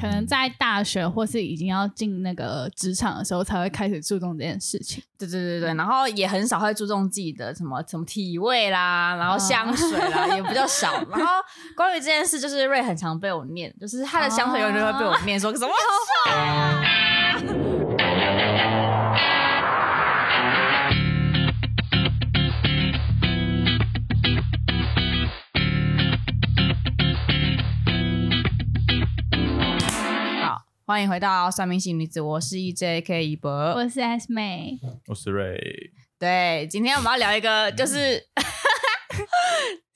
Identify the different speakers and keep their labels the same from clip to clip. Speaker 1: 可
Speaker 2: 嗯
Speaker 1: 能在大学或是已经要进那个职场的时候，才会开始注重这件事情。
Speaker 3: 对对
Speaker 1: 嗯
Speaker 3: 对对，然后也很少会注重自己的什么什么体味啦，
Speaker 1: 哦
Speaker 3: 然后香水啦、 也比较少。然后关于这件事，就是瑞很常被我念，就是他的香水永远会被我 念说什么好，欢迎回到算命系女子，我是 E J K 一
Speaker 2: 呃
Speaker 3: 博。
Speaker 1: 我是 S 妹，
Speaker 2: 我是瑞，
Speaker 3: 对，今天我们要聊一个，就是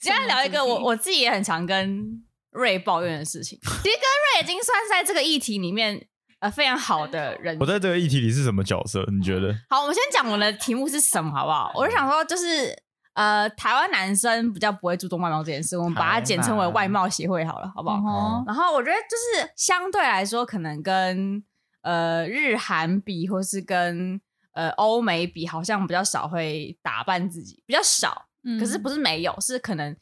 Speaker 3: 今天聊一个
Speaker 1: 什么主
Speaker 3: 我
Speaker 1: 题
Speaker 3: 我自己也很常跟瑞抱怨的事情。其实跟瑞已经算是在这个议题里面呃非常好的人
Speaker 2: 我。在这个议题里是什么角色？你觉得？
Speaker 3: 好，我们先讲我的题目是什么，好不好？我就想说，就是呃，台湾男生比较不会注重外貌这件事，我们把它简称为外貌协会好了，好不好？
Speaker 1: 哦，
Speaker 3: 然后我觉得就是相对来说，可能跟呃日韩比，或是跟呃欧美比，好像比较少会打扮自己，比较少。
Speaker 1: 嗯
Speaker 3: 可是不是没有，是可能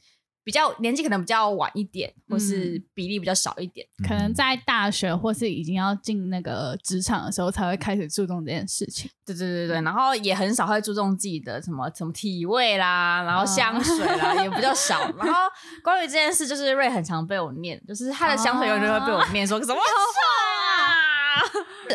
Speaker 3: 比较年纪可能比较晚一点，或是比例比较少一点。
Speaker 1: 可
Speaker 2: 嗯
Speaker 1: 能在大学或是已经要进那个职场的时候，才会开始注重这件事情。
Speaker 3: 对对对对，然后也很少会注重自己的什么什么体味啦，然后香水啦、也比较少。 然后关于这件事，就是瑞很常被我念，就是他的香水永远会被我念说、什么臭哦 啊，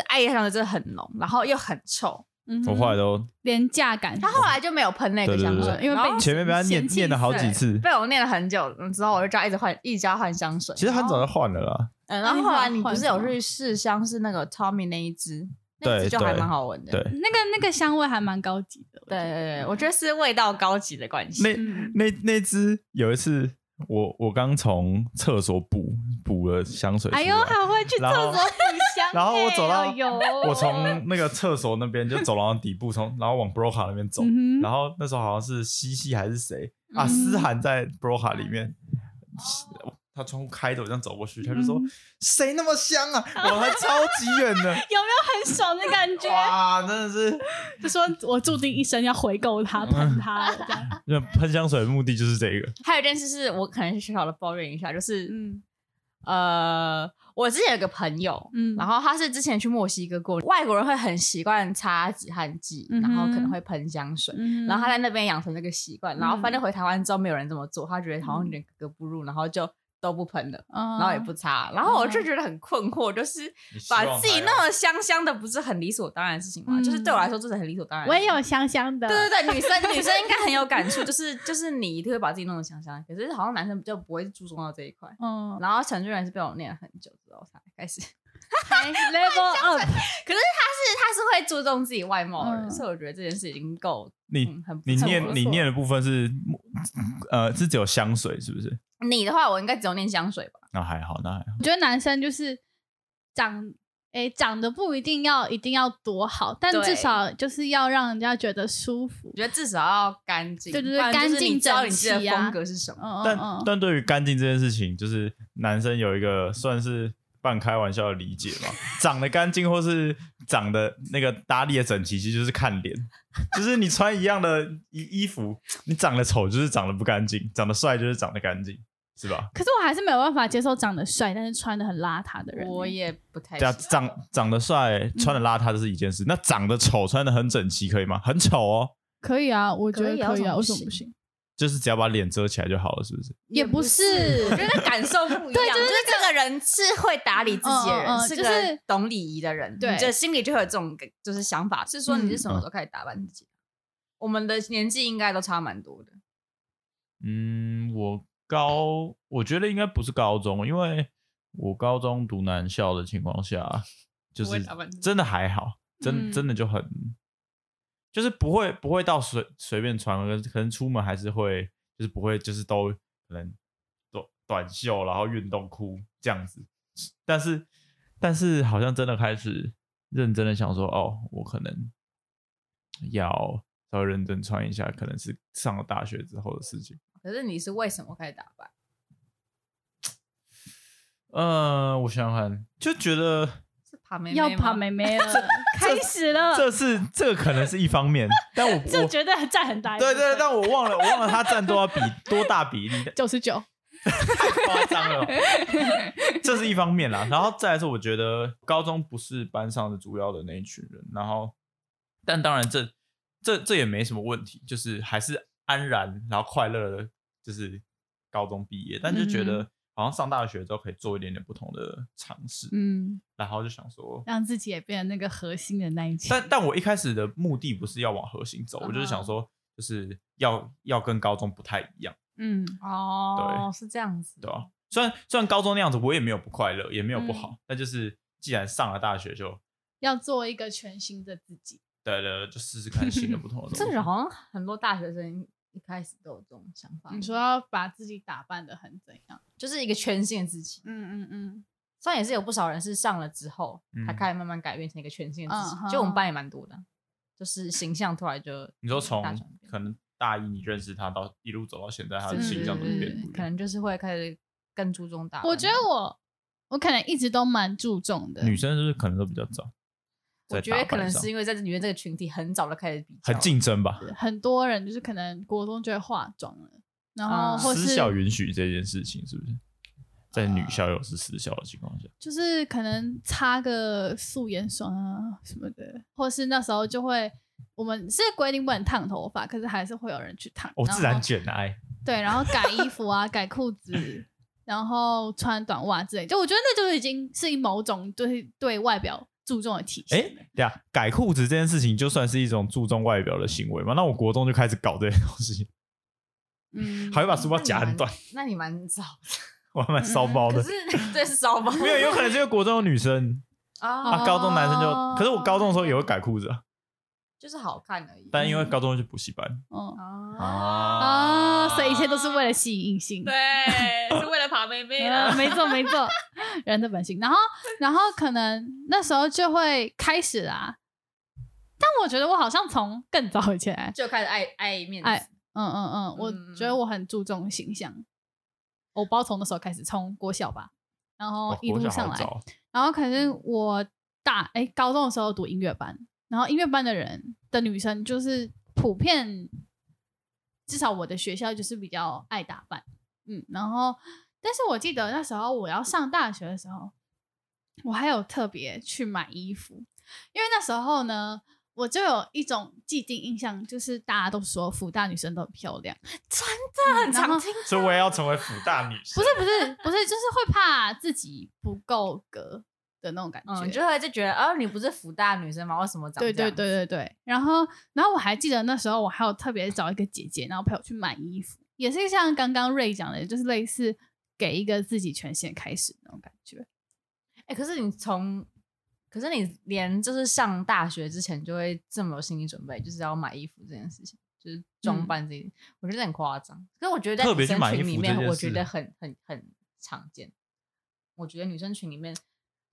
Speaker 3: 艾叶香水真的很浓，然后又很
Speaker 1: 嗯
Speaker 3: 臭。
Speaker 2: 嗯
Speaker 1: 哼
Speaker 2: 我后来都
Speaker 1: 廉价感，
Speaker 3: 他后来就没有喷那个香
Speaker 2: 对对
Speaker 3: 水
Speaker 2: 对，对
Speaker 3: 因为被
Speaker 2: 前面被他念
Speaker 1: 嫌弃
Speaker 2: 念了好几次，
Speaker 3: 被我念了很久嗯之后，我就叫他一直换，一直叫他换香水。
Speaker 2: 其实很
Speaker 3: 然后
Speaker 2: 早就换了啦。
Speaker 3: 嗯，然后后来你不是有
Speaker 1: 换什
Speaker 3: 去试香是那个 Tommy 那一支，那一支
Speaker 2: 对
Speaker 3: 就还
Speaker 2: 对
Speaker 3: 蛮好闻的。
Speaker 2: 对
Speaker 3: 对
Speaker 1: 那个那个香味还蛮高级的。我觉
Speaker 3: 对
Speaker 1: 得，
Speaker 3: 对，我觉得是味道高级的关系。
Speaker 2: 那
Speaker 1: 嗯，
Speaker 2: 那那只有一次，我我刚从厕所补补了香水出
Speaker 1: 哎
Speaker 2: 来，
Speaker 1: 呦，还会去厕
Speaker 2: 啊然后
Speaker 1: 所洗香欸。
Speaker 2: 然后我走到
Speaker 1: 有，
Speaker 2: 我从那个厕所那边就走廊底部从，然后往 Broca 那边走，
Speaker 1: 嗯哼
Speaker 2: 然后那时候好像是西西还是谁啊，
Speaker 1: 嗯
Speaker 2: 思涵在 Broca 里面，他窗户开着，我这样走过去，他就说
Speaker 1: 嗯
Speaker 2: 谁那么香啊，我还超级远
Speaker 1: 有
Speaker 2: 的，
Speaker 1: 没有很爽的感觉？
Speaker 2: 哇，真的是，
Speaker 1: 就说我注定一生要回购
Speaker 2: 嗯
Speaker 1: 它，喷它了这样。
Speaker 2: 那喷香水的目的就是这个，
Speaker 3: 还有一件事是我可能小小的抱怨一下，就是、
Speaker 1: 嗯
Speaker 3: 呃，我之前有个朋友，
Speaker 1: 嗯，
Speaker 3: 然后他是之前去墨西哥过，外国人会很习惯擦止汗剂，
Speaker 1: 嗯哼
Speaker 3: 然后可能会喷香水。
Speaker 1: 嗯，
Speaker 3: 然后他在那边养成这个习惯，然后
Speaker 1: 嗯
Speaker 3: 反正回台湾之后没有人这么做，他觉得好像有点格格不入，然后就都不喷了，
Speaker 1: 嗯，
Speaker 3: 然
Speaker 1: 然
Speaker 3: 后也不擦，然后我
Speaker 1: 哦
Speaker 3: 就觉得很困惑，就是
Speaker 2: 你希望
Speaker 3: 把自己
Speaker 2: 他
Speaker 3: 弄得香香的，不是很理所当然的事情吗？
Speaker 1: 嗯
Speaker 3: 就是对我来说，这是很理所当然。
Speaker 1: 我也。有香香的，
Speaker 3: 对对对，女 生女生应该很有感触，就是就是你一定会把自己弄得香香，可是好像男生比较不会注重到这一块。
Speaker 1: 嗯
Speaker 3: 然后陈俊仁是被我念了很久之后才 开始，可
Speaker 1: 还，level up，
Speaker 3: 是他是会注重自己外貌的人，
Speaker 1: 嗯
Speaker 3: 所以我觉得这件事已经够，
Speaker 2: 你
Speaker 3: 嗯，很
Speaker 2: 你
Speaker 3: 很
Speaker 2: 念
Speaker 3: 不
Speaker 2: 你
Speaker 3: 错
Speaker 2: 念的部分是，呃，是只有香水是不是？
Speaker 3: 你的话，我应该只有念香水吧？
Speaker 2: 那还好，那还好。
Speaker 1: 我觉得男生就是长。诶，长得不一定要一定要多好，但
Speaker 3: 对
Speaker 1: 至少就是要让人家觉得舒服
Speaker 3: 我。觉得至少要干净，
Speaker 1: 对对对
Speaker 3: 不然就是
Speaker 1: 干净
Speaker 3: 你知道你自己
Speaker 1: 整齐
Speaker 3: 的
Speaker 1: 啊
Speaker 3: 风格是什么。
Speaker 1: 嗯
Speaker 2: 但
Speaker 1: 嗯嗯，
Speaker 2: 但对于干净这件事情，就是男生有一个算是半开玩笑的理解嘛，长得干净或是长得那个打理的整齐，其实就是看脸，就是你穿一样的衣衣服，你长得丑就是长得不干净，长得帅就是长得干净，是吧？
Speaker 1: 可是我还是没有办法接受长得帅但是穿的很邋遢的人。欸
Speaker 3: 我也不太
Speaker 2: 对啊，
Speaker 3: 行
Speaker 2: 长长得帅穿的邋遢这是一件事，那长得丑穿的很整齐可以吗？很丑哦，
Speaker 1: 可以啊，我觉
Speaker 3: 可
Speaker 1: 得
Speaker 3: 以啊
Speaker 1: 可以啊，为
Speaker 3: 为
Speaker 1: 什
Speaker 3: 什
Speaker 1: 么
Speaker 3: 么
Speaker 1: 不
Speaker 3: 不
Speaker 1: 行？
Speaker 2: 就是只要把脸遮起来就好了，是不是？
Speaker 1: 也不是
Speaker 3: 我觉得感受不 一样。
Speaker 1: 对
Speaker 3: 就是这个人是会打理自己的
Speaker 1: 嗯嗯
Speaker 3: 人，
Speaker 1: 嗯
Speaker 3: 是
Speaker 1: 就是
Speaker 3: 个懂礼仪的人，
Speaker 1: 对
Speaker 3: 你就心里就会有这种感就是想法，是说你是什么时候开始打扮自己？
Speaker 1: 嗯
Speaker 3: 我们的年纪应该都差蛮多的。
Speaker 2: 嗯，我高，我觉得应该不是高中，因为我高中读男校的情况下，就
Speaker 3: 不会
Speaker 2: 是
Speaker 3: 打扮自己
Speaker 2: 真的还好，真、
Speaker 1: 嗯
Speaker 2: 真的就很，就是不会不会到随随便穿，可能可能出门还是会，就是不会就是都可能短短袖，然后运动裤这样子，但是但是好像真的开始认真的想说，哦，我可能要稍微认真穿一下，可能是上了大学之后的事情。
Speaker 3: 可是你是为什么开始打扮？
Speaker 2: 嗯，我想想看，就觉得
Speaker 3: 是爬妹妹
Speaker 1: 要
Speaker 3: 吗
Speaker 1: 爬妹 妹了，开始了，
Speaker 2: 这是这可能是一 方面，但我
Speaker 1: 呃这
Speaker 2: 我
Speaker 1: 绝对占很大一部
Speaker 2: 对
Speaker 1: 分。
Speaker 2: 对，但我忘了，我忘了他占多少比多大比例，
Speaker 1: 九十九，
Speaker 2: 太夸张了， 这是一方面啦。然后再来是，我觉得高中不是班上的主要的那一群人，然后但当然这这这也没什么问题，就是还是安然然后快乐的，就是高中毕业，但就觉
Speaker 1: 嗯
Speaker 2: 得好像上大学之后可以做一点点不同的尝试，
Speaker 1: 嗯，
Speaker 2: 然后就想说。
Speaker 1: 让自己也变成那个核心的那一群。
Speaker 2: 但但我一开始的目的不是要往核心走，我就
Speaker 3: 嗯
Speaker 2: 是想说，就是要要跟高中不太一样。
Speaker 1: 嗯，
Speaker 3: 哦，是这样子，
Speaker 2: 对吧、虽然虽然高中那样子，我也没有不快乐，也没有不
Speaker 3: 嗯
Speaker 2: 好，但就是既然上了大学就，
Speaker 1: 要做一个全新的自己。
Speaker 2: 对对，对就试试看新的不同的东西。
Speaker 3: 这个好像很多大学生一开始都有这种想法，
Speaker 1: 你说要把自己打扮的很怎样？
Speaker 3: 就是一个全新的自己。
Speaker 1: 嗯嗯嗯，
Speaker 3: 虽然也是有不少人是上了之后，
Speaker 2: 嗯
Speaker 3: 才开始慢慢改变成一个全新的自己。
Speaker 1: 嗯哼
Speaker 3: 就我们班也蛮多的，就是形象突然就
Speaker 2: 你说从
Speaker 3: 大转变
Speaker 2: 可能大一你认识他到一路走到现在，他的
Speaker 1: 是
Speaker 2: 形象都
Speaker 1: 是
Speaker 2: 变不一
Speaker 3: 可
Speaker 2: 样。
Speaker 3: 能就是会开始更注重打扮。
Speaker 1: 我觉得我我可能一直都蛮注重的。
Speaker 2: 女生是不是可能都比较早？
Speaker 3: 我
Speaker 2: 在
Speaker 3: 觉得
Speaker 2: 打扮
Speaker 3: 可能
Speaker 2: 上
Speaker 3: 是因为在女生这个群体很早就开始比较了，
Speaker 2: 很竞争吧，
Speaker 1: 很多人就是可能国中就会化妆了，然后
Speaker 3: 啊
Speaker 1: 或
Speaker 2: 私
Speaker 1: 是
Speaker 2: 校允许这件事情是不是？在女校又是私校的情况下，
Speaker 1: 就是可能擦个素颜霜啊什么的，或是那时候就会。我们是规定不能烫头发，可是还是会有人去烫。
Speaker 2: 我、
Speaker 1: 后
Speaker 2: 自然卷啊，哎，
Speaker 1: 对，然后改衣服啊，改裤子，然后穿短袜之类，就我觉得那就已经是某种对对外表注重的体现了。
Speaker 2: 哎，对啊，改裤子这件事情就算是一种注重外表的行为嘛？那我国中就开始搞这些东西，
Speaker 1: 嗯，
Speaker 2: 还会把书包夹很短，
Speaker 3: 那你蛮，那你蛮早的，
Speaker 2: 我还蛮骚包
Speaker 3: 可
Speaker 2: 的。
Speaker 3: 是对是骚包
Speaker 2: 没有，有可能是因为国中有女生啊，
Speaker 3: 啊，
Speaker 2: 高中男生就
Speaker 1: 哦，
Speaker 2: 可是我高中的时候也会改裤子啊，
Speaker 3: 就是好看而已。哦
Speaker 2: 但因为高中去补习班
Speaker 1: 嗯
Speaker 2: 啊
Speaker 1: 啊，所以一切都是为了吸引异性。
Speaker 3: 对，是为了爬妹啊妹
Speaker 1: 呃
Speaker 3: 啦。
Speaker 1: 没错没错，人的本性。然后然后可能那时候就会开始啦，但我觉得我好像从更早以前，
Speaker 3: 就开始爱爱面
Speaker 1: 哎
Speaker 3: 子，
Speaker 1: 嗯嗯嗯，我
Speaker 3: 嗯
Speaker 1: 觉得我很注重形象。我包从那时候开始，从国小吧，然后
Speaker 2: 哦
Speaker 1: 一
Speaker 2: 国
Speaker 1: 路
Speaker 2: 小
Speaker 1: 上
Speaker 2: 好
Speaker 1: 来，
Speaker 2: 早
Speaker 1: 然后可是我大哎、高中的时候读音乐班，然后音乐班的人的女生就是普遍，至少我的学校就是比较爱打扮，嗯，然后但是我记得那时候我要上大学的时候，我还有特别去买衣服，因为那时候呢。我就有一种既定印象，就是大家都说福大女生都很漂亮，嗯
Speaker 3: 真的很常听。
Speaker 2: 所以我也要成为辅大女生
Speaker 1: 不是。不是不是，就是会怕自己不够格的那种感觉，
Speaker 3: 嗯，就会就觉得，哦，你不是福大女生吗？为什么长
Speaker 1: 对
Speaker 3: 这
Speaker 1: 对
Speaker 3: 样子？
Speaker 1: 对对对。然后，然后我还记得那时候我还有特别找一个姐姐，然后陪我去买衣服，也是像刚刚瑞讲的，就是类似给一个自己权限开始的那种感觉。
Speaker 3: 哎、可是你从，可是你连就是上大学之前就会这么有心理准备，就是要买衣服这件事情，就是
Speaker 1: 嗯
Speaker 3: 装扮这一点，我觉得很夸张。可是我觉得在
Speaker 2: 特别
Speaker 3: 女
Speaker 2: 去
Speaker 3: 生
Speaker 2: 买衣
Speaker 3: 群
Speaker 2: 服
Speaker 3: 里
Speaker 2: 这
Speaker 3: 面，
Speaker 2: 件
Speaker 3: 我
Speaker 2: 事
Speaker 3: 觉得很很很常见。我觉得女生群里面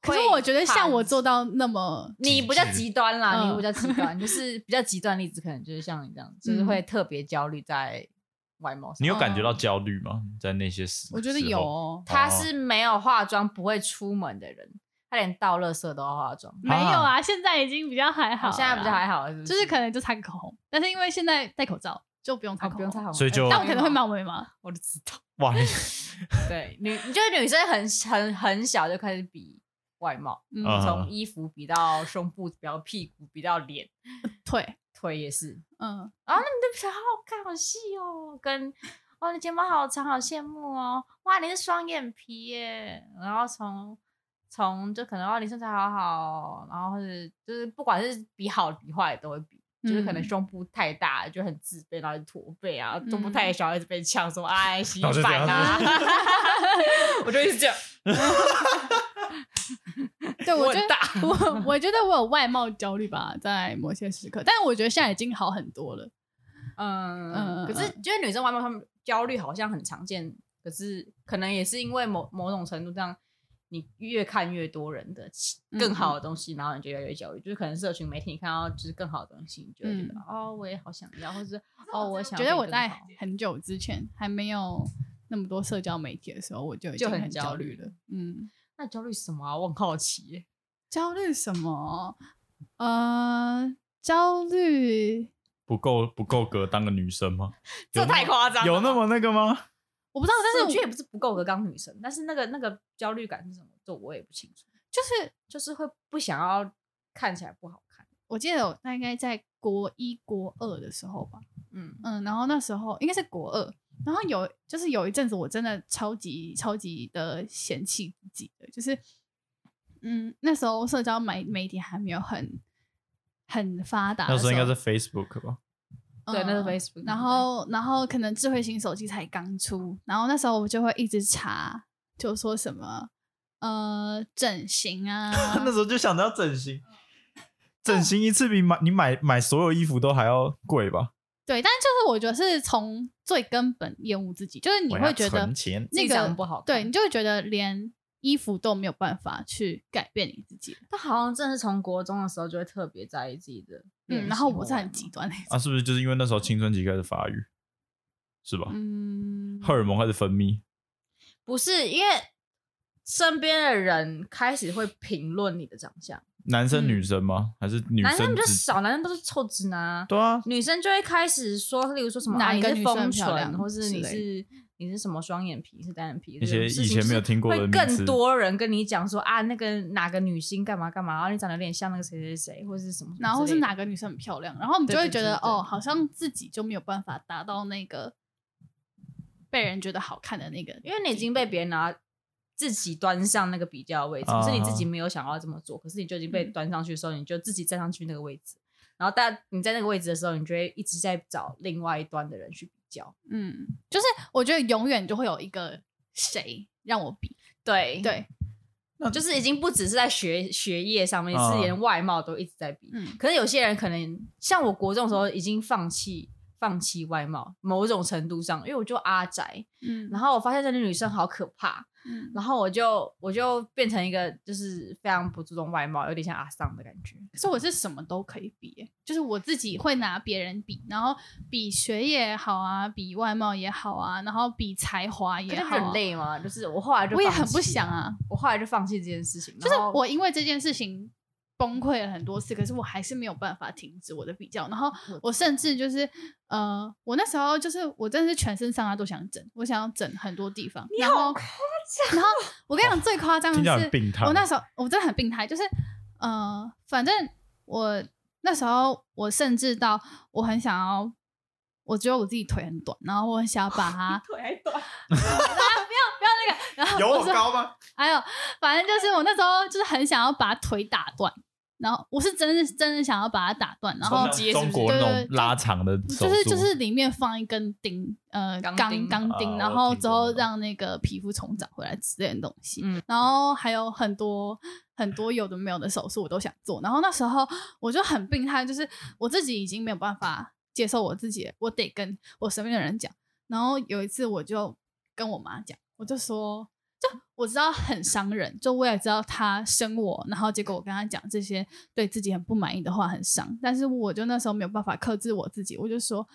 Speaker 3: 会
Speaker 1: 可
Speaker 3: 怕，
Speaker 1: 是我觉得像我做到那么，
Speaker 3: 你不叫
Speaker 2: 极致
Speaker 3: 极端啦，
Speaker 1: 嗯
Speaker 3: 你不叫 极端，就是比较极端的例子，可能就是像你这样，就是
Speaker 1: 嗯
Speaker 3: 会特别焦虑在外貌上。
Speaker 2: 你有感觉到焦虑吗？在那些时，
Speaker 1: 我觉得
Speaker 2: 时候
Speaker 1: 有、哦，
Speaker 3: 他是没有化妆不会出门的人，他连倒垃圾都要化妆。
Speaker 1: 没有啊？现在已经比较还好，
Speaker 3: 哦现在比较还
Speaker 1: 好，
Speaker 3: 好了，是不
Speaker 1: 就是可能就擦个口红，但是因为现在戴口罩就不用擦
Speaker 3: 哦
Speaker 1: 口
Speaker 3: 不
Speaker 1: 红，
Speaker 3: 用太好，
Speaker 2: 所以就
Speaker 1: 但我可能会冒眉 毛。
Speaker 3: 我就知道。
Speaker 2: 哇，你
Speaker 3: 对，女你觉得女生很很很小就开始比外貌，
Speaker 1: 嗯，
Speaker 2: 啊
Speaker 3: 从衣服比到胸部，比到屁股，比到脸，
Speaker 1: 腿，
Speaker 3: 腿也是。
Speaker 1: 嗯，
Speaker 3: 啊，那你的腿好好看，好细哦，跟哦，你睫毛好长，好羡慕哦。哇，你是双眼皮耶。然后从从就可能哦，你身材好好哦，然后或者就是不管是比好比坏都会比。就是可能
Speaker 1: 嗯
Speaker 3: 胸部太大就很自卑，然后就驼背啊；
Speaker 1: 嗯
Speaker 3: 胸部太小一直被呛说“哎，洗
Speaker 2: 然后就
Speaker 3: 衣板啊
Speaker 2: 这”，
Speaker 3: 我就一直这样，
Speaker 1: 对我
Speaker 3: 我
Speaker 1: 觉
Speaker 3: 很
Speaker 1: 得
Speaker 3: 大。
Speaker 1: 我我觉得我有外貌焦虑吧，在某些时刻，但是我觉得现在已经好很多了。嗯
Speaker 3: 嗯，可是觉得女生外貌她们焦虑好像很常见，可是可能也是因为某某种程度上，你越看越多人的其
Speaker 1: 嗯
Speaker 3: 更好的东西，然后你就越来越焦虑。就是可能社群媒体你看到就是更好的东西，你就会觉得、哦，我也好想要，或者是哦，我想
Speaker 1: 觉
Speaker 3: 要
Speaker 1: 得
Speaker 3: 变
Speaker 1: 我
Speaker 3: 更
Speaker 1: 在
Speaker 3: 好
Speaker 1: 很久之前还没有那么多社交媒体的时候，我就已经
Speaker 3: 就很
Speaker 1: 很焦
Speaker 3: 焦
Speaker 1: 虑
Speaker 3: 虑
Speaker 1: 了。嗯，
Speaker 3: 那焦虑什么啊？我很好奇耶，
Speaker 1: 焦虑什么？呃，焦虑，
Speaker 2: 不够不够格当个女生吗？
Speaker 3: 这太夸张了吧，
Speaker 2: 有那么那个吗？
Speaker 1: 我不知道，但是
Speaker 3: 我
Speaker 1: 我
Speaker 3: 觉得也不是不够格当女生，但是那个那个焦虑感是什么，这我也不清楚，
Speaker 1: 就是
Speaker 3: 就是会不想要看起来不好看，
Speaker 1: 我记得我大概在国一、国二的时候吧，
Speaker 3: 嗯
Speaker 1: 嗯，然后那时候应该是国二，然后有就是有一阵子我真的超级超级的嫌弃自己的，就是嗯那时候社交媒媒体还没有很很发达的，
Speaker 2: 那时候应该是 Facebook 吧，，
Speaker 3: 对，那是
Speaker 1: 嗯
Speaker 3: Facebook，
Speaker 1: 然后，然后可能智慧型手机才刚出，然后那时候我就会一直查，就说什么呃整形 啊
Speaker 2: 那时候就想着要整形，
Speaker 1: 嗯
Speaker 2: 整形一次比买你买买所有衣服都还要贵吧？
Speaker 1: 对，但就是我觉得是从最根本厌恶自己，就是你
Speaker 2: 我要
Speaker 1: 会觉得
Speaker 2: 存钱
Speaker 1: 那
Speaker 3: 自己长
Speaker 1: 个
Speaker 3: 得不好看
Speaker 1: 对你就会觉得连衣服都没有办法去改变你自己，
Speaker 3: 但好像真的是从国中的时候就会特别在意自己的脸
Speaker 1: 嗯，
Speaker 3: 型或外貌，
Speaker 1: 然后我是很极端那种，
Speaker 2: 啊，是不是就是因为那时候青春期开始发育，是吧？
Speaker 1: 嗯，
Speaker 2: 荷尔蒙开始分泌，
Speaker 3: 不是因为身边的人开始会评论你的长相，
Speaker 2: 男生
Speaker 1: 嗯
Speaker 2: 女生吗？还是女
Speaker 3: 男生
Speaker 2: 生
Speaker 3: 比较
Speaker 2: 自己？
Speaker 3: 少，男生都是臭直男啊。
Speaker 2: 对啊，
Speaker 3: 女生就会开始说，例如说什么
Speaker 1: 哪
Speaker 3: 啊
Speaker 1: 一
Speaker 3: 你
Speaker 1: 个
Speaker 3: 是
Speaker 1: 女生
Speaker 3: 丰
Speaker 1: 漂亮
Speaker 3: 唇，或是
Speaker 1: 之
Speaker 3: 你
Speaker 1: 类
Speaker 3: 是你是什么双眼皮，你是单眼皮，
Speaker 2: 一些
Speaker 3: 这种事
Speaker 2: 以
Speaker 3: 情
Speaker 2: 前没有听过的
Speaker 3: 就是
Speaker 2: 名
Speaker 3: 会
Speaker 2: 字
Speaker 3: 更多人跟你讲说啊，那个哪个女星干嘛干嘛，然后你长得有点像那个谁谁谁，或是什么，
Speaker 1: 然后是哪
Speaker 3: 个？
Speaker 1: 个女生很漂亮，然后我们
Speaker 3: 对
Speaker 1: 就会
Speaker 3: 对
Speaker 1: 觉
Speaker 3: 对
Speaker 1: 得
Speaker 3: 对
Speaker 1: 哦，好像自己就没有办法达到那个被人觉得好看的那个地步，
Speaker 3: 因为你已经被别人拿自己端上那个比较的位置，可是你自己没有想要这么做，可是你就已经被
Speaker 1: 嗯
Speaker 3: 端上去的时候，你就自己站上去那个位置，然后但你在那个位置的时候，你就会一直在找另外一端的人去比较。
Speaker 1: 嗯，就是我觉得永远就会有一个谁让我比，
Speaker 3: 对，
Speaker 1: 对，
Speaker 3: 就是已经不只是在学学业上面，
Speaker 2: 啊
Speaker 3: 是连外貌都一直在比。
Speaker 1: 嗯
Speaker 3: 可是有些人可能像我国中的时候已经放弃放弃外貌，某种程度上，因为我就阿宅，
Speaker 1: 嗯
Speaker 3: 然后我发现这些女生好可怕，
Speaker 1: 嗯
Speaker 3: 然后我就我就变成一个就是非常不注重外貌，有点像阿桑的感觉。
Speaker 1: 可是我是什么都可以比耶、就是我自己会拿别人比，然后比学业也好啊，比外貌也好啊，然后比才华
Speaker 3: 可
Speaker 1: 也
Speaker 3: 是
Speaker 1: 好、
Speaker 3: 很，累嘛，就是啊我后来就
Speaker 1: 我也
Speaker 3: 放
Speaker 1: 很不
Speaker 3: 弃
Speaker 1: 想
Speaker 3: 了，
Speaker 1: 啊，
Speaker 3: 我后来就放弃这件事情。
Speaker 1: 就是
Speaker 3: 然后
Speaker 1: 我因为这件事情崩溃了很多次，可是我还是没有办法停止我的比较。然后我甚至就是呃，我那时候就是我真的是全身上下都想整，我想要整很多地方。然后，然后我跟你讲最夸张
Speaker 2: 听起来
Speaker 1: 的
Speaker 2: 很
Speaker 1: 是，
Speaker 2: 病态。
Speaker 1: 我那时候我真的很病态，就是呃，反正我那时候我甚至到我很想要。我觉得我自己腿很短，然后我很想要把它
Speaker 3: 腿还短，
Speaker 1: 然 后
Speaker 2: 有
Speaker 1: 我
Speaker 2: 我
Speaker 1: 说
Speaker 2: 高吗？
Speaker 1: 还有，反正就是我那时候就是很想要把腿打断，然后我是真的真的想要把它打断，然后
Speaker 3: 从接是不是
Speaker 2: 中国那
Speaker 1: 对
Speaker 2: 种
Speaker 1: 对对
Speaker 2: 拉长的手术，
Speaker 1: 就是就是里面放一根钉，呃，
Speaker 3: 钢
Speaker 1: 钢
Speaker 3: 钉
Speaker 1: 钢
Speaker 2: 啊
Speaker 1: 钉，然
Speaker 2: 我
Speaker 1: 后
Speaker 2: 听
Speaker 1: 之
Speaker 2: 过
Speaker 1: 后
Speaker 2: 那种
Speaker 1: 让那个皮肤重长回来之类的东西。
Speaker 3: 嗯
Speaker 1: 然后还有很多很多有的没有的手术我都想做，然后那时候我就很病态，就是我自己已经没有办法接受我自己了，我得跟我身边的人讲。然后有一次我就跟我妈讲，我就说，就我知道很伤人，就我也知道她生我，然后结果我跟她讲这些对自己很不满意的话很伤，但是我就那时候没有办法克制我自己，我就说。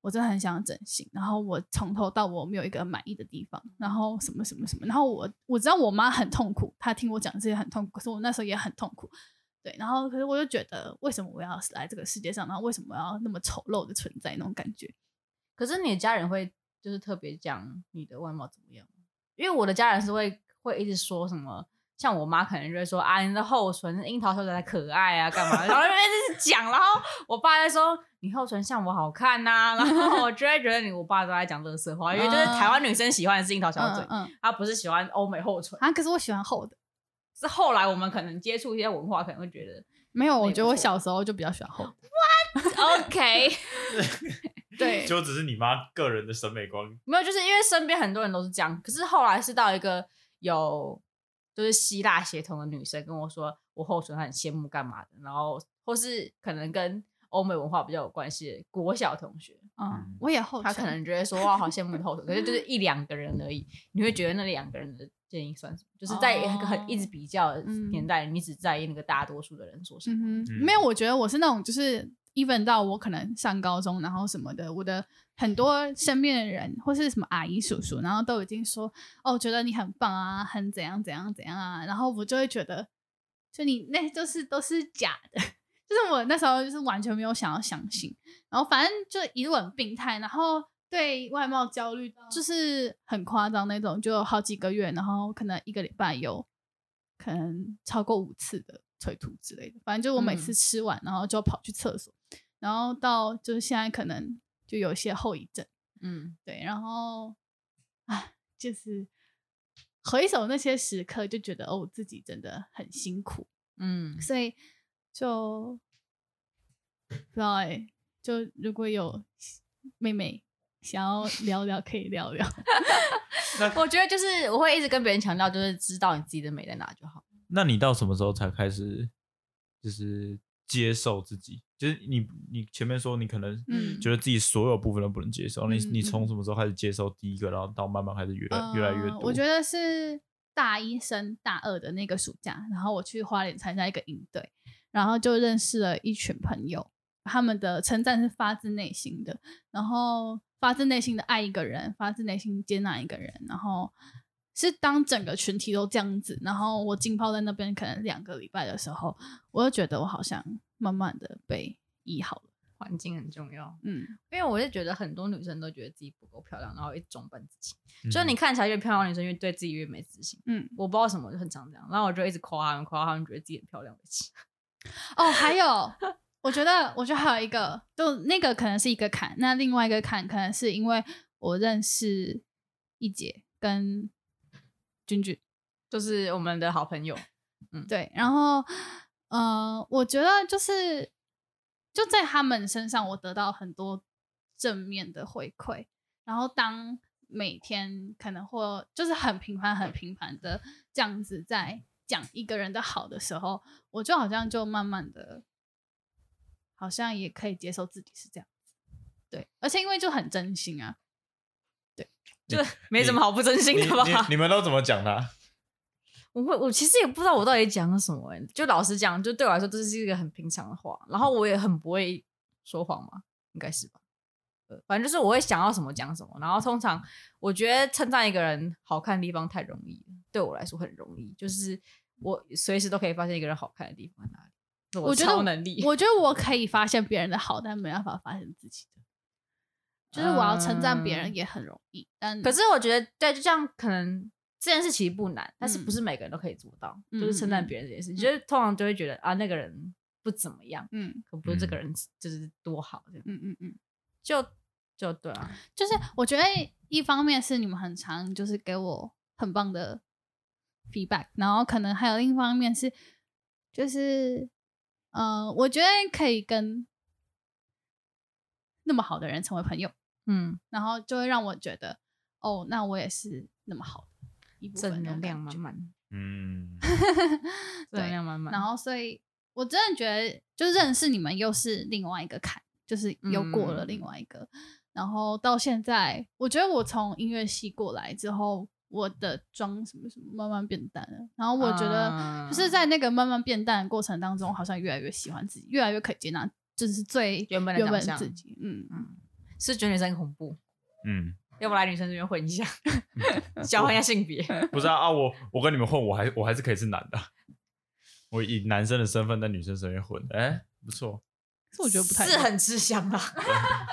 Speaker 1: 我真的很想整形，然后我从头到尾我没有一个满意的地方，然后什么什么什么，然后我我知道我妈很痛苦，她听我讲这些很痛苦，可是我那时候也很痛苦，对，然后可是我就觉得为什么我要来这个世界上，然后为什么我要那么丑陋的存在那种感觉，
Speaker 3: 可是你的家人会就是特别讲你的外貌怎么样吗？因为我的家人是会会一直说什么，像我妈可能就会说啊，你的厚唇、樱桃小嘴才可爱啊，干嘛？然后就一直讲，然后我爸在说你厚唇像我好看呐、然后我就会觉得你我爸都在讲乐色话，因为就是台湾女生喜欢的是樱桃小嘴
Speaker 1: 嗯，嗯嗯
Speaker 3: 她不是喜欢欧美厚唇。
Speaker 1: 啊，可是我喜欢厚的，
Speaker 3: 是后来我们可能接触一些文化，可能会觉得
Speaker 1: 没有，
Speaker 3: 也
Speaker 1: 我
Speaker 3: 不
Speaker 1: 觉得我
Speaker 3: 错
Speaker 1: 小时候就比较喜欢厚的，
Speaker 3: OK，
Speaker 1: 对，嗯
Speaker 2: 就只是你妈个人的审美观。
Speaker 3: 没有，就是因为身边很多人都是这样，可是后来是到一个有就是希腊血统的女生跟我说，我后唇很羡慕干嘛的，然后或是可能跟欧美文化比较有关系的国小同学，
Speaker 1: 嗯，我也厚唇，
Speaker 3: 他可能觉得说哇好羡慕你后唇，可是就是一两个人而已，你会觉得那两个人的建议算什么？就是在一个很一直比较的年代，你只在意那个大多数的人所想。
Speaker 1: 嗯
Speaker 2: 嗯
Speaker 1: 哼，没有，我觉得我是那种就是 even 到我可能上高中，然后什么的，我的很多身边的人或是什么阿姨叔叔，然后都已经说哦，觉得你很棒啊，很怎样怎样怎样啊，然后我就会觉得，就你那都是都是假的，就是我那时候就是完全没有想要相信，然后反正就一路很病态，然后。对外貌焦虑，就是很夸张那种，就好几个月，然后可能一个礼拜有可能超过五次的催吐之类的。反正就我每次吃完，然后就跑去厕所，然后到就是现在可能就有一些后遗症，
Speaker 3: 嗯，
Speaker 1: 对，然后啊，就是回首那些时刻，就觉得哦，自己真的很辛苦，
Speaker 3: 嗯，
Speaker 1: 所以就不知道哎、就如果有妹妹想要聊聊，可以聊聊。
Speaker 3: 我觉得就是我会一直跟别人强调，就是知道你自己的美在哪就好。
Speaker 2: 那你到什么时候才开始就是接受自己？就是你你前面说你可能
Speaker 1: 嗯
Speaker 2: 觉得自己所有部分都不能接受，你
Speaker 1: 嗯
Speaker 2: 你
Speaker 1: 嗯
Speaker 2: 从什么时候开始接受第一个，然后到慢慢开始越来、越来越
Speaker 1: 呃
Speaker 2: 多？
Speaker 1: 我觉得是大一升大二的那个暑假，然后我去花莲参加一个营队，然后就认识了一群朋友，他们的称赞是发自内心的，然后发自内心的爱一个人，发自内心接纳一个人，然后是当整个群体都这样子，然后我浸泡在那边可能两个礼拜的时候，我就觉得我好像慢慢的被医好了，
Speaker 3: 环境很重要，
Speaker 1: 嗯，
Speaker 3: 因为我就觉得很多女生都觉得自己不够漂亮，然后一直装扮自己。
Speaker 2: 嗯
Speaker 3: 就是你看起来越漂亮的女生，越对自己越没自信。
Speaker 1: 嗯，
Speaker 3: 我不知道为什么，我就很常这样。然后我就一直夸他们，夸他们，觉得自己很漂亮为止。
Speaker 1: 哦，还有，我觉得，我觉得还有一个，就那个可能是一个坎，那另外一个坎可能是因为我认识一姐跟君君，
Speaker 3: 就是我们的好朋友，
Speaker 1: 对，然后，呃，我觉得就是就在他们身上，我得到很多正面的回馈。然后当每天可能或就是很频繁、很频繁的这样子在讲一个人的好的时候，我就好像就慢慢的，好像也可以接受自己是这样子。对，而且因为就很真心啊，
Speaker 3: 就没什么好不真心
Speaker 2: 你
Speaker 3: 的吧？
Speaker 2: 你你们都怎么讲他？
Speaker 3: 我会，我其实也不知道我到底讲了什么、欸。就老实讲，就对我来说，这是一个很平常的话。然后我也很不会说谎嘛，应该是吧？呃，反正就是我会想要什么讲什么。然后通常我觉得称赞一个人好看的地方太容易了，对我来说很容易，就是我随时都可以发现一个人好看的地方在哪里。这
Speaker 1: 我觉得
Speaker 3: 超能 力，
Speaker 1: 我觉得我可以发现别人的好，但没办法发现自己的。就是我要称赞别人
Speaker 3: 嗯
Speaker 1: 也很容易，但
Speaker 3: 可是我觉得，对，就像可能这件事其实不难，但是
Speaker 1: 嗯
Speaker 3: 不是每个人都可以做到，
Speaker 1: 嗯
Speaker 3: 就是称赞
Speaker 1: 嗯
Speaker 3: 别人这件事。就是通常就会觉得啊，那个人不怎么样，
Speaker 1: 嗯
Speaker 3: 可不是这个
Speaker 2: 嗯
Speaker 3: 人就是多好这样。
Speaker 1: 嗯嗯嗯，
Speaker 3: 就就对啊，
Speaker 1: 就是我觉得一方面是你们很常就是给我很棒的 feedback，然后可能还有另一方面是就是呃，我觉得可以跟那么好的人成为朋友，
Speaker 3: 嗯，
Speaker 1: 然后就会让我觉得哦，那我也是那么好的一部分
Speaker 3: 正
Speaker 1: 那
Speaker 3: 能
Speaker 1: 种
Speaker 3: 量
Speaker 1: 感
Speaker 3: 满
Speaker 1: 觉
Speaker 3: 满，
Speaker 2: 嗯，
Speaker 3: 正能
Speaker 1: 对
Speaker 3: 量满满。
Speaker 1: 然后，所以我真的觉得，就认识你们又是另外一个坎，就是又过了
Speaker 3: 嗯
Speaker 1: 另外一个。然后到现在，我觉得我从音乐系过来之后，我的妆什么什么慢慢变淡了。然后我觉
Speaker 3: 啊嗯
Speaker 1: 得，就是在那个慢慢变淡的过程当中，好像越来越喜欢自己，越来越可以接纳，就是最
Speaker 3: 原本的
Speaker 1: 原
Speaker 3: 长
Speaker 1: 本
Speaker 3: 相
Speaker 1: 自己。嗯，
Speaker 3: 嗯，是觉得女生很恐怖，
Speaker 2: 嗯，
Speaker 3: 要不来女生这边混一下，交换一下性别。
Speaker 2: 不是啊啊，我我跟你们混，我还我还是可以是男的，啊我以男生的身份在女生身边混，哎、不错。
Speaker 1: 是我觉得不太
Speaker 3: 是很吃香啦，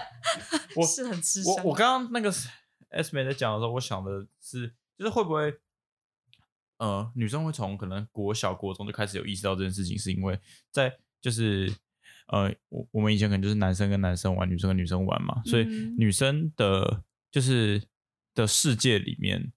Speaker 2: 我
Speaker 3: 是很吃香。啊
Speaker 2: 我我刚刚那个 S 妹在讲的时候，我想的是，就是会不会，呃，女生会从可能国小、国中就开始有意识到这件事情，是因为在就是呃，我我们以前可能就是男生跟男生玩，女生跟女生玩嘛，所以
Speaker 1: 嗯哼
Speaker 2: 女生的就是的世界里面，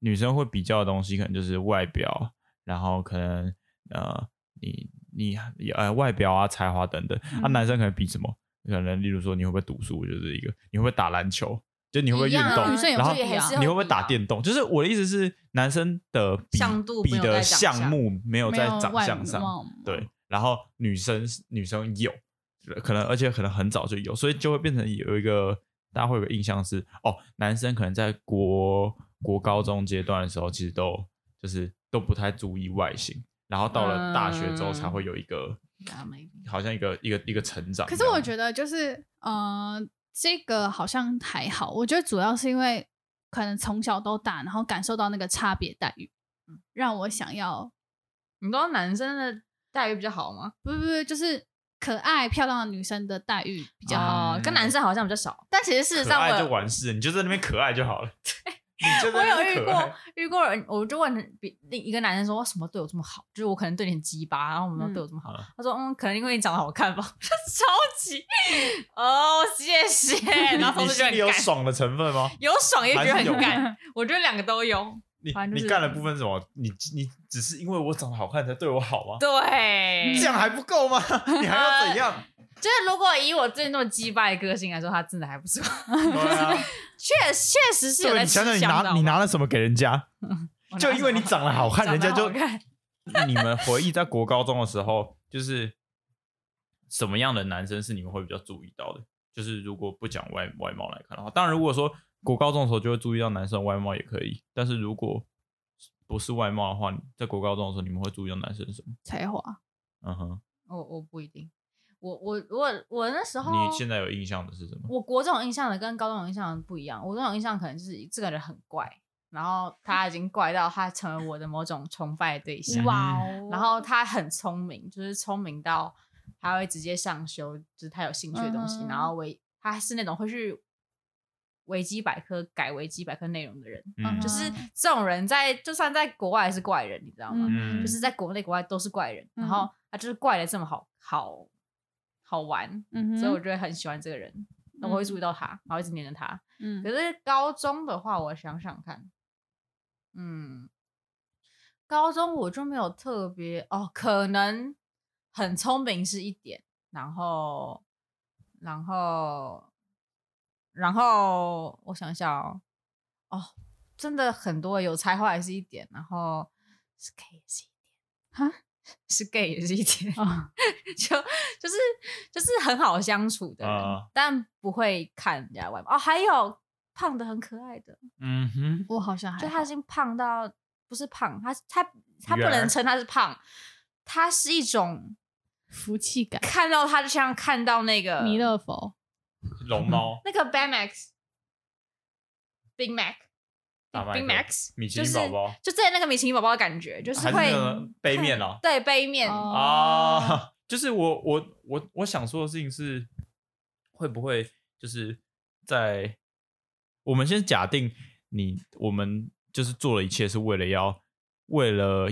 Speaker 2: 女生会比较的东西，可能就是外表，然后可能呃，你你呃外表啊、才华等等，那、
Speaker 1: 嗯
Speaker 2: 男生可能比什么？可能例如说你会不会读书，就是一个；你会不会打篮球，就你会不会
Speaker 1: 一
Speaker 2: 运
Speaker 3: 嗯
Speaker 1: 样啊
Speaker 2: 动
Speaker 1: 女生也，
Speaker 2: 然
Speaker 1: 会
Speaker 2: 后
Speaker 1: 也还是
Speaker 2: 你会不会打？
Speaker 3: 啊
Speaker 2: 电动？就是我的意思是，男生的比
Speaker 3: 向度
Speaker 2: 比
Speaker 3: 没有在
Speaker 2: 的
Speaker 3: 长相
Speaker 2: 项目没有
Speaker 1: 嗯没
Speaker 2: 在
Speaker 1: 有
Speaker 2: 长
Speaker 1: 外
Speaker 2: 相上，
Speaker 1: 貌
Speaker 3: 嗯
Speaker 2: 对。然后女生女生有，呃可能而且可能很早就有，所以就会变成有一个大家会有个印象是，哦，男生可能在国国高中阶段的时候，其实都就是都不太注意外形，然后到了大学之后
Speaker 3: 嗯
Speaker 2: 才会有一个。
Speaker 3: Yeah, maybe
Speaker 2: 好像一个一个一个成长这
Speaker 1: 可
Speaker 2: 样。
Speaker 1: 是我觉得就是呃，这个好像还好，我觉得主要是因为可能从小到大，然后感受到那个差别待遇，嗯让我想要
Speaker 3: 你知道男生的待遇比较好吗？
Speaker 1: 不不不，就是可爱漂亮的女生的待遇比较好。
Speaker 3: 哦，
Speaker 2: 嗯
Speaker 3: 跟男生好像比较少，但其实事实
Speaker 2: 可
Speaker 3: 上
Speaker 2: 爱就
Speaker 3: 我
Speaker 2: 完事，你就在那边可爱就好了。你就
Speaker 3: 我
Speaker 2: 在那
Speaker 3: 有
Speaker 2: 边
Speaker 3: 遇
Speaker 2: 可
Speaker 3: 过
Speaker 2: 爱，
Speaker 3: 遇过人，我就问比另一个男生说，为什么对我这么好？就是我可能对你很鸡巴，然后我们
Speaker 1: 嗯
Speaker 3: 对我这么好，
Speaker 2: 嗯
Speaker 3: 他说嗯，可能因为你长得好看吧， 超级哦，谢谢， 然后同
Speaker 2: 你你
Speaker 3: 时就
Speaker 2: 心里
Speaker 3: 很
Speaker 2: 有
Speaker 3: 干，
Speaker 2: 爽的成分吗？
Speaker 3: 有爽也觉得
Speaker 2: 还是有
Speaker 3: 很干，我觉得两个都有，
Speaker 2: 你
Speaker 3: 反正就是
Speaker 2: 你干的部分是什么？你你只是因为我长得好看才对我好吗？
Speaker 3: 对，
Speaker 2: 这样还不够 吗？你还要怎样？
Speaker 3: 就是如果以我最近那么鸡巴的个性来说，他真的还不错，
Speaker 2: 对啊，
Speaker 3: 确确实是有
Speaker 2: 对
Speaker 3: 在
Speaker 2: 你想想，你
Speaker 3: 吃香
Speaker 2: 拿
Speaker 3: 到
Speaker 2: 你
Speaker 3: 吧
Speaker 2: 拿了什么给人家？
Speaker 3: 我拿
Speaker 2: 就因为你
Speaker 3: 什么
Speaker 2: 长得好看，人家 就
Speaker 3: 长得好看
Speaker 2: 你们回忆在国高中的时候，就是什么样的男生是你们会比较注意到的？就是如果不讲外外貌来看的话，当然如果说国高中的时候就会注意到男生的外貌也可以，但是如果不是外貌的话，在国高中的时候你们会注意到男生什么？
Speaker 1: 才华，
Speaker 2: 嗯哼，
Speaker 3: 我我不一定，我我我我那时候
Speaker 2: 你现在有印象的是什么？
Speaker 3: 我国中有印象的跟高中有印象的不一样，我国中有印象可能就是这个人很怪，然后他已经怪到他成为我的某种崇拜对象，
Speaker 2: 嗯
Speaker 1: 哇哦！
Speaker 3: 然后他很聪明，就是聪明到他会直接上修，就是他有兴趣的东西，
Speaker 1: 嗯哼
Speaker 3: 然后维他是那种会去维基百科改维基百科内容的人，
Speaker 1: 嗯
Speaker 2: 嗯，
Speaker 3: 就是这种人在就算在国外也是怪人，你知道吗？
Speaker 1: 嗯，
Speaker 3: 就是在国内国外都是怪人，
Speaker 1: 嗯
Speaker 3: 然后他就是怪的这么好好好玩，
Speaker 1: 嗯哼，
Speaker 3: 所以我就会很喜欢这个人，那我会注意到他，然后一直黏着他。
Speaker 1: 嗯
Speaker 3: 可是高中的话，我想想看，嗯，高中我就没有特别哦，可能很聪明是一点，然后，然后，然后我想想哦，哦，真的很多有才华也是一点，然后是 gay 也是一点，
Speaker 1: 哈，
Speaker 3: 是 gay 也是一点，
Speaker 1: 啊，
Speaker 3: 就就是就是很好相处的人，
Speaker 2: 啊
Speaker 3: 但不会看人家外貌。哦，还有胖的很可爱的，
Speaker 2: 嗯 哼，
Speaker 1: 我好像还
Speaker 3: 就他已经胖到不是胖，他他他不
Speaker 2: 圆儿
Speaker 3: 能称他是胖，他是一种
Speaker 1: 福气感，
Speaker 3: 看到他就像看到那个
Speaker 1: 弥勒佛
Speaker 2: 龙猫
Speaker 3: 那个 Big Max。Big Mac，
Speaker 2: 大麦
Speaker 3: Big
Speaker 2: 克
Speaker 3: Max，
Speaker 2: 米其林宝宝
Speaker 3: 就是，就在那个米其林宝宝的感觉，就是
Speaker 2: 还是
Speaker 3: 会
Speaker 2: 那个杯面哦
Speaker 3: 对杯面，
Speaker 1: 哦
Speaker 2: 啊， 就是我我我我想说的事情是，会不会就是在我们先假定你我们就是做了一切是为了要为了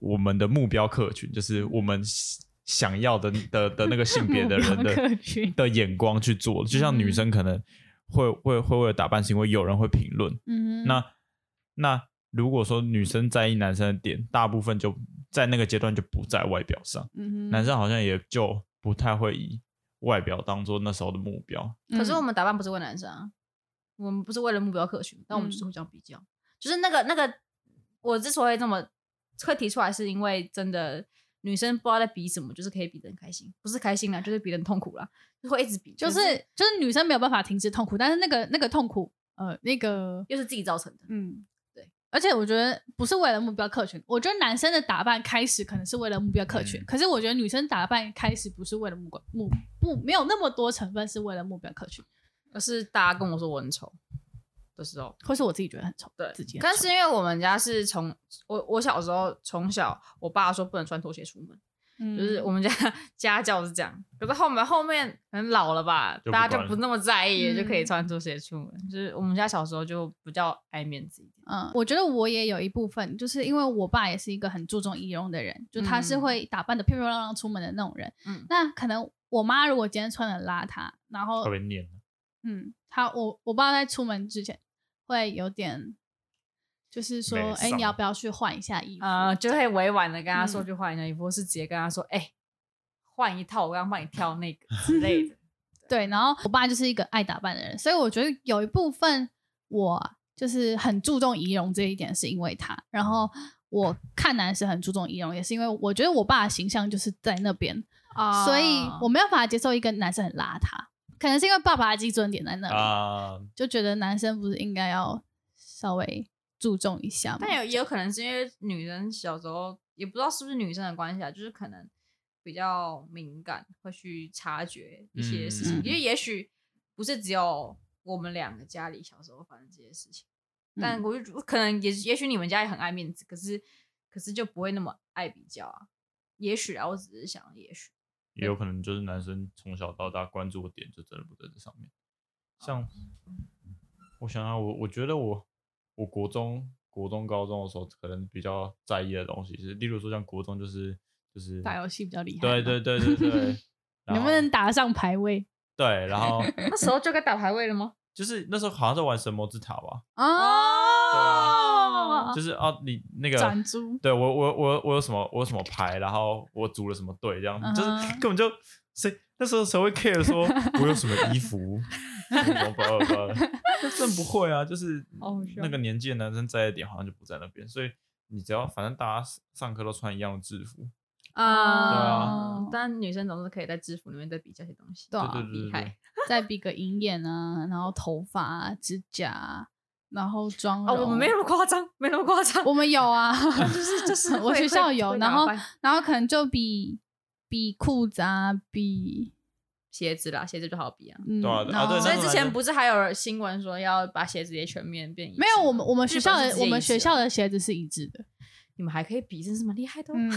Speaker 2: 我们的目标客群，就是我们想要的的的那个性别的人
Speaker 1: 目标客
Speaker 2: 的
Speaker 1: 群嗯
Speaker 2: 的眼光去做，就像女生可能会会会为了打扮是因为有人会评论，
Speaker 1: 嗯哼，
Speaker 2: 那那如果说女生在意男生的点，大部分就在那个阶段就不在外表上，
Speaker 1: 嗯哼，
Speaker 2: 男生好像也就不太会以外表当做那时候的目标。
Speaker 3: 可是我们打扮不是为男生啊，我们不是为了目标客群，但我们就是会这样比较。就是那个那个，我之所以这么会提出来，是因为真的女生不知道在比什么，就是可以比得很开心，不是开心啦，就是比得很痛苦啦，就会一直比，
Speaker 1: 就是就是女生没有办法停止痛苦，但是那个那个痛苦，呃，那个
Speaker 3: 又是自己造成的。
Speaker 1: 嗯，对。而且我觉得不是为了目标客群，我觉得男生的打扮开始可能是为了目标客群，
Speaker 2: 嗯
Speaker 1: 可是我觉得女生打扮开始不是为了目光目目没有那么多成分是为了目标客群，
Speaker 3: 而是大家跟我说我很丑的时候，
Speaker 1: 或是我自己觉得很丑，
Speaker 3: 对
Speaker 1: 自己很丑。
Speaker 3: 但是因为我们家是从我我小时候从小，我爸说不能穿拖鞋出门。就是
Speaker 2: 嗯
Speaker 3: 我
Speaker 1: 们
Speaker 3: 们家家教是这样，可是后面后面可能老了吧，
Speaker 2: 就不
Speaker 3: 大家
Speaker 2: 管
Speaker 3: 就
Speaker 2: 了
Speaker 3: 不那么在意，
Speaker 1: 嗯
Speaker 3: 就可以穿拖鞋出门。就是我们家小时候就比较爱面子一点，
Speaker 1: 嗯，我觉得我也有一部分，就是因为我爸也是一个很注重仪容的人，就他是
Speaker 3: 嗯
Speaker 1: 会打扮的漂漂亮亮出门的那种人。
Speaker 3: 嗯
Speaker 1: 那可能我妈如果今天穿的邋遢，然后
Speaker 2: 特别念，
Speaker 1: 嗯，他我我爸在出门之前会有点，就是说
Speaker 2: 没，
Speaker 1: 哎、
Speaker 2: 上
Speaker 1: 你要不要去换一下衣服？
Speaker 3: 呃，就会委婉的跟他说
Speaker 1: 嗯
Speaker 3: 去换一件衣服，或是直接跟他说，哎、换一套，我刚帮你挑那个之类 的。
Speaker 1: 对，然后我爸就是一个爱打扮的人，所以我觉得有一部分我就是很注重仪容这一点，是因为他。然后我看男生很注重仪容，也是因为我觉得我爸的形象就是在那边，
Speaker 3: 啊
Speaker 1: 所以我没有办法接受一个男生很邋遢，可能是因为爸爸的基准点在那里，
Speaker 2: 啊、
Speaker 1: 就觉得男生不是应该要稍微注重一下吗？
Speaker 3: 但有也有可能是因为女生小时候也不知道是不是女生的关系啊，就是可能比较敏感，会去察觉一些事情，
Speaker 1: 嗯
Speaker 3: 因为也许不是只有我们两个家里小时候发生这些事情，
Speaker 1: 嗯
Speaker 2: 嗯
Speaker 3: 但我就我可能也也许你们家也很爱面子，可是可是就不会那么爱比较啊，也许啊，我只是想也许，
Speaker 2: 也有可能就是男生从小到大关注的点就真的不在这上
Speaker 1: 哦
Speaker 2: 面。像我想想，我我觉得我我国中、国中、高中的时候，可能比较在意的东西是，例如说像国中就是就是
Speaker 1: 打游戏比较厉害
Speaker 2: 对
Speaker 1: 嘛，
Speaker 2: 对对对对
Speaker 1: 能不
Speaker 2: 然后
Speaker 1: 能打上排位
Speaker 2: 对？然后
Speaker 3: 那时候就该打排位了吗？
Speaker 2: 就是那时候好像在玩神魔之塔吧，
Speaker 1: 哦
Speaker 3: 哦，
Speaker 2: 就是哦、你那个
Speaker 1: 转 租
Speaker 2: 对我我我我有什么我有什么牌，然后我组了什么队，这样、
Speaker 1: 嗯哼
Speaker 2: 就是根本就谁那时候谁会 care 说我有什么衣 服，什么不不不，那真不会啊，就是
Speaker 1: 哦
Speaker 3: 好好笑
Speaker 2: 那个年纪的男生在的点好像就不在那边，所以你只要反正大家上课都穿一样的制服，对
Speaker 1: 啊
Speaker 3: 但女生总是可以在制服里面再比这些东西，
Speaker 1: 对啊
Speaker 2: 对对对
Speaker 3: 厉
Speaker 2: 对
Speaker 3: 害。
Speaker 1: 再比个银眼啊，然后头发啊、指甲啊，然后妆
Speaker 3: 哦，
Speaker 1: 容。
Speaker 3: 我们没那么夸张，没那么夸张，
Speaker 1: 我们有 啊，
Speaker 3: 就是 就是
Speaker 1: 我
Speaker 3: 会
Speaker 1: 学校
Speaker 3: 会
Speaker 1: 有，
Speaker 3: 会
Speaker 1: 然
Speaker 3: 打
Speaker 1: 后
Speaker 3: 扮
Speaker 1: 然后可能就比比裤子啊，比
Speaker 3: 鞋子啦，鞋子就好比啊。
Speaker 1: 嗯，
Speaker 2: 对啊对啊
Speaker 1: 然后
Speaker 2: 对
Speaker 3: 所
Speaker 2: 那
Speaker 3: 以
Speaker 2: 个
Speaker 3: 之
Speaker 2: 来
Speaker 3: 前
Speaker 2: 说
Speaker 3: 不是还有新闻说要把鞋子也全面变一致
Speaker 1: 没有我们我们
Speaker 3: 日
Speaker 1: 学
Speaker 3: 本
Speaker 1: 校
Speaker 3: 是
Speaker 1: 的
Speaker 3: 直接
Speaker 1: 我们
Speaker 3: 一啊致
Speaker 1: 学
Speaker 3: 的
Speaker 1: 校的鞋子是一致的，
Speaker 3: 你们还可以比，真是蛮厉害的、哦。
Speaker 1: 嗯，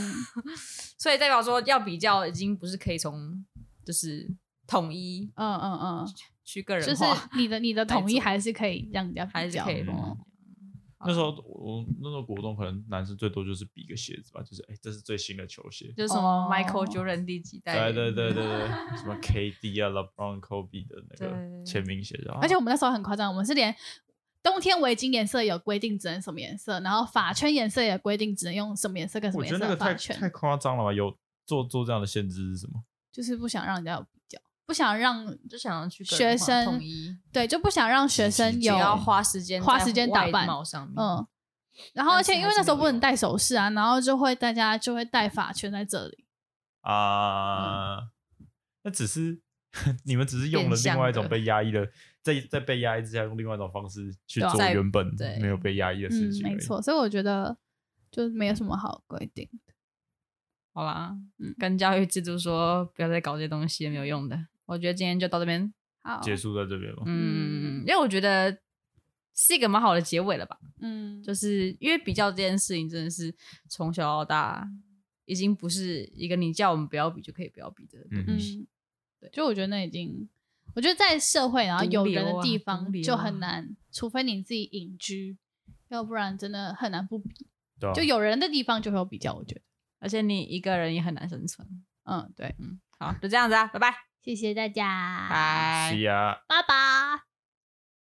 Speaker 3: 所以代表说要比较，已经不是可以从就是统一
Speaker 1: 嗯嗯嗯，
Speaker 3: 去个
Speaker 1: 就
Speaker 3: 人
Speaker 1: 是
Speaker 3: 化，
Speaker 1: 你的你的统一
Speaker 3: 来做
Speaker 1: 还是可以让人家比
Speaker 3: 还是
Speaker 1: 较
Speaker 3: 可以
Speaker 1: 的
Speaker 3: 的。
Speaker 2: 嗯那时候我我那时候国中可能男生最多就是比个鞋子吧，就是哎、这是最新的球鞋，
Speaker 3: 就是什么
Speaker 1: 哦
Speaker 3: Michael Jordan 第几代？啊
Speaker 2: 对对对对 对，什么 KD 啊 LeBron Kobe 的那个
Speaker 3: 对
Speaker 2: 签名啊鞋，然后
Speaker 1: 而且我们那时候很夸张，我们是连冬天围巾颜色有规定只能什么颜色，然后发圈颜色也规定只能用什么颜色跟什
Speaker 2: 我
Speaker 1: 么
Speaker 2: 觉
Speaker 1: 颜
Speaker 2: 得
Speaker 1: 色
Speaker 2: 那个
Speaker 1: 的发
Speaker 2: 太
Speaker 1: 圈，
Speaker 2: 太夸张了吧？有做做这样的限制是什么？
Speaker 1: 就是不想让人家有比较，不想让
Speaker 3: 就想要去个
Speaker 1: 学
Speaker 3: 人化
Speaker 1: 生
Speaker 3: 统一，
Speaker 1: 对就不想让学生
Speaker 2: 有
Speaker 3: 也
Speaker 1: 有
Speaker 3: 要花时间
Speaker 1: 花
Speaker 3: 在
Speaker 1: 时间打
Speaker 3: 外
Speaker 1: 扮
Speaker 3: 貌上面。
Speaker 1: 嗯，然后而
Speaker 3: 但是
Speaker 1: 且因为
Speaker 3: 还是
Speaker 1: 那时候
Speaker 3: 会
Speaker 1: 不能
Speaker 3: 有
Speaker 1: 戴首饰啊，然后就会大家就会戴发圈在这里，
Speaker 2: 啊、
Speaker 1: 嗯
Speaker 2: 那只是 你们只是用了
Speaker 3: 变相
Speaker 2: 另外一种
Speaker 3: 的
Speaker 2: 被压抑的，在在被压抑之下，用另外一种方式去
Speaker 1: 对啊
Speaker 2: 做
Speaker 3: 在
Speaker 2: 原本
Speaker 3: 对
Speaker 2: 没有被压抑的事
Speaker 1: 嗯，
Speaker 2: 情、
Speaker 1: 没，错，所以我觉得就没有什么好规定，
Speaker 3: 好啦，
Speaker 1: 嗯
Speaker 3: 跟教育制度说不要再搞这些东西，没有用的。我觉得今天就到这边，
Speaker 1: 好，
Speaker 2: 结束在这边嘛。
Speaker 1: 嗯
Speaker 3: 嗯，因为我觉得是一个蛮好的结尾了吧。
Speaker 1: 嗯，
Speaker 3: 就是因为比较这件事情，真的是从小到大，已经不是一个你叫我们不要比就可以不要比的
Speaker 2: 嗯
Speaker 3: 东西。
Speaker 1: 嗯，对，就我觉得那已经，我觉得在社会然后
Speaker 3: 毒
Speaker 1: 有
Speaker 3: 瘤
Speaker 1: 人的
Speaker 3: 啊
Speaker 1: 地
Speaker 3: 毒
Speaker 1: 方
Speaker 3: 瘤
Speaker 1: 就
Speaker 3: 啊
Speaker 1: 很难，除非你自己隐居，要不然真的很难不比。
Speaker 2: 对、啊，
Speaker 1: 就有人的地方就会有比较，我觉得，
Speaker 3: 而且你一个人也很难生存。
Speaker 1: 嗯，对，
Speaker 3: 嗯，好，就这样子啊，拜拜，
Speaker 1: 谢谢大家，
Speaker 3: 拜。
Speaker 2: See ya。
Speaker 1: 拜拜。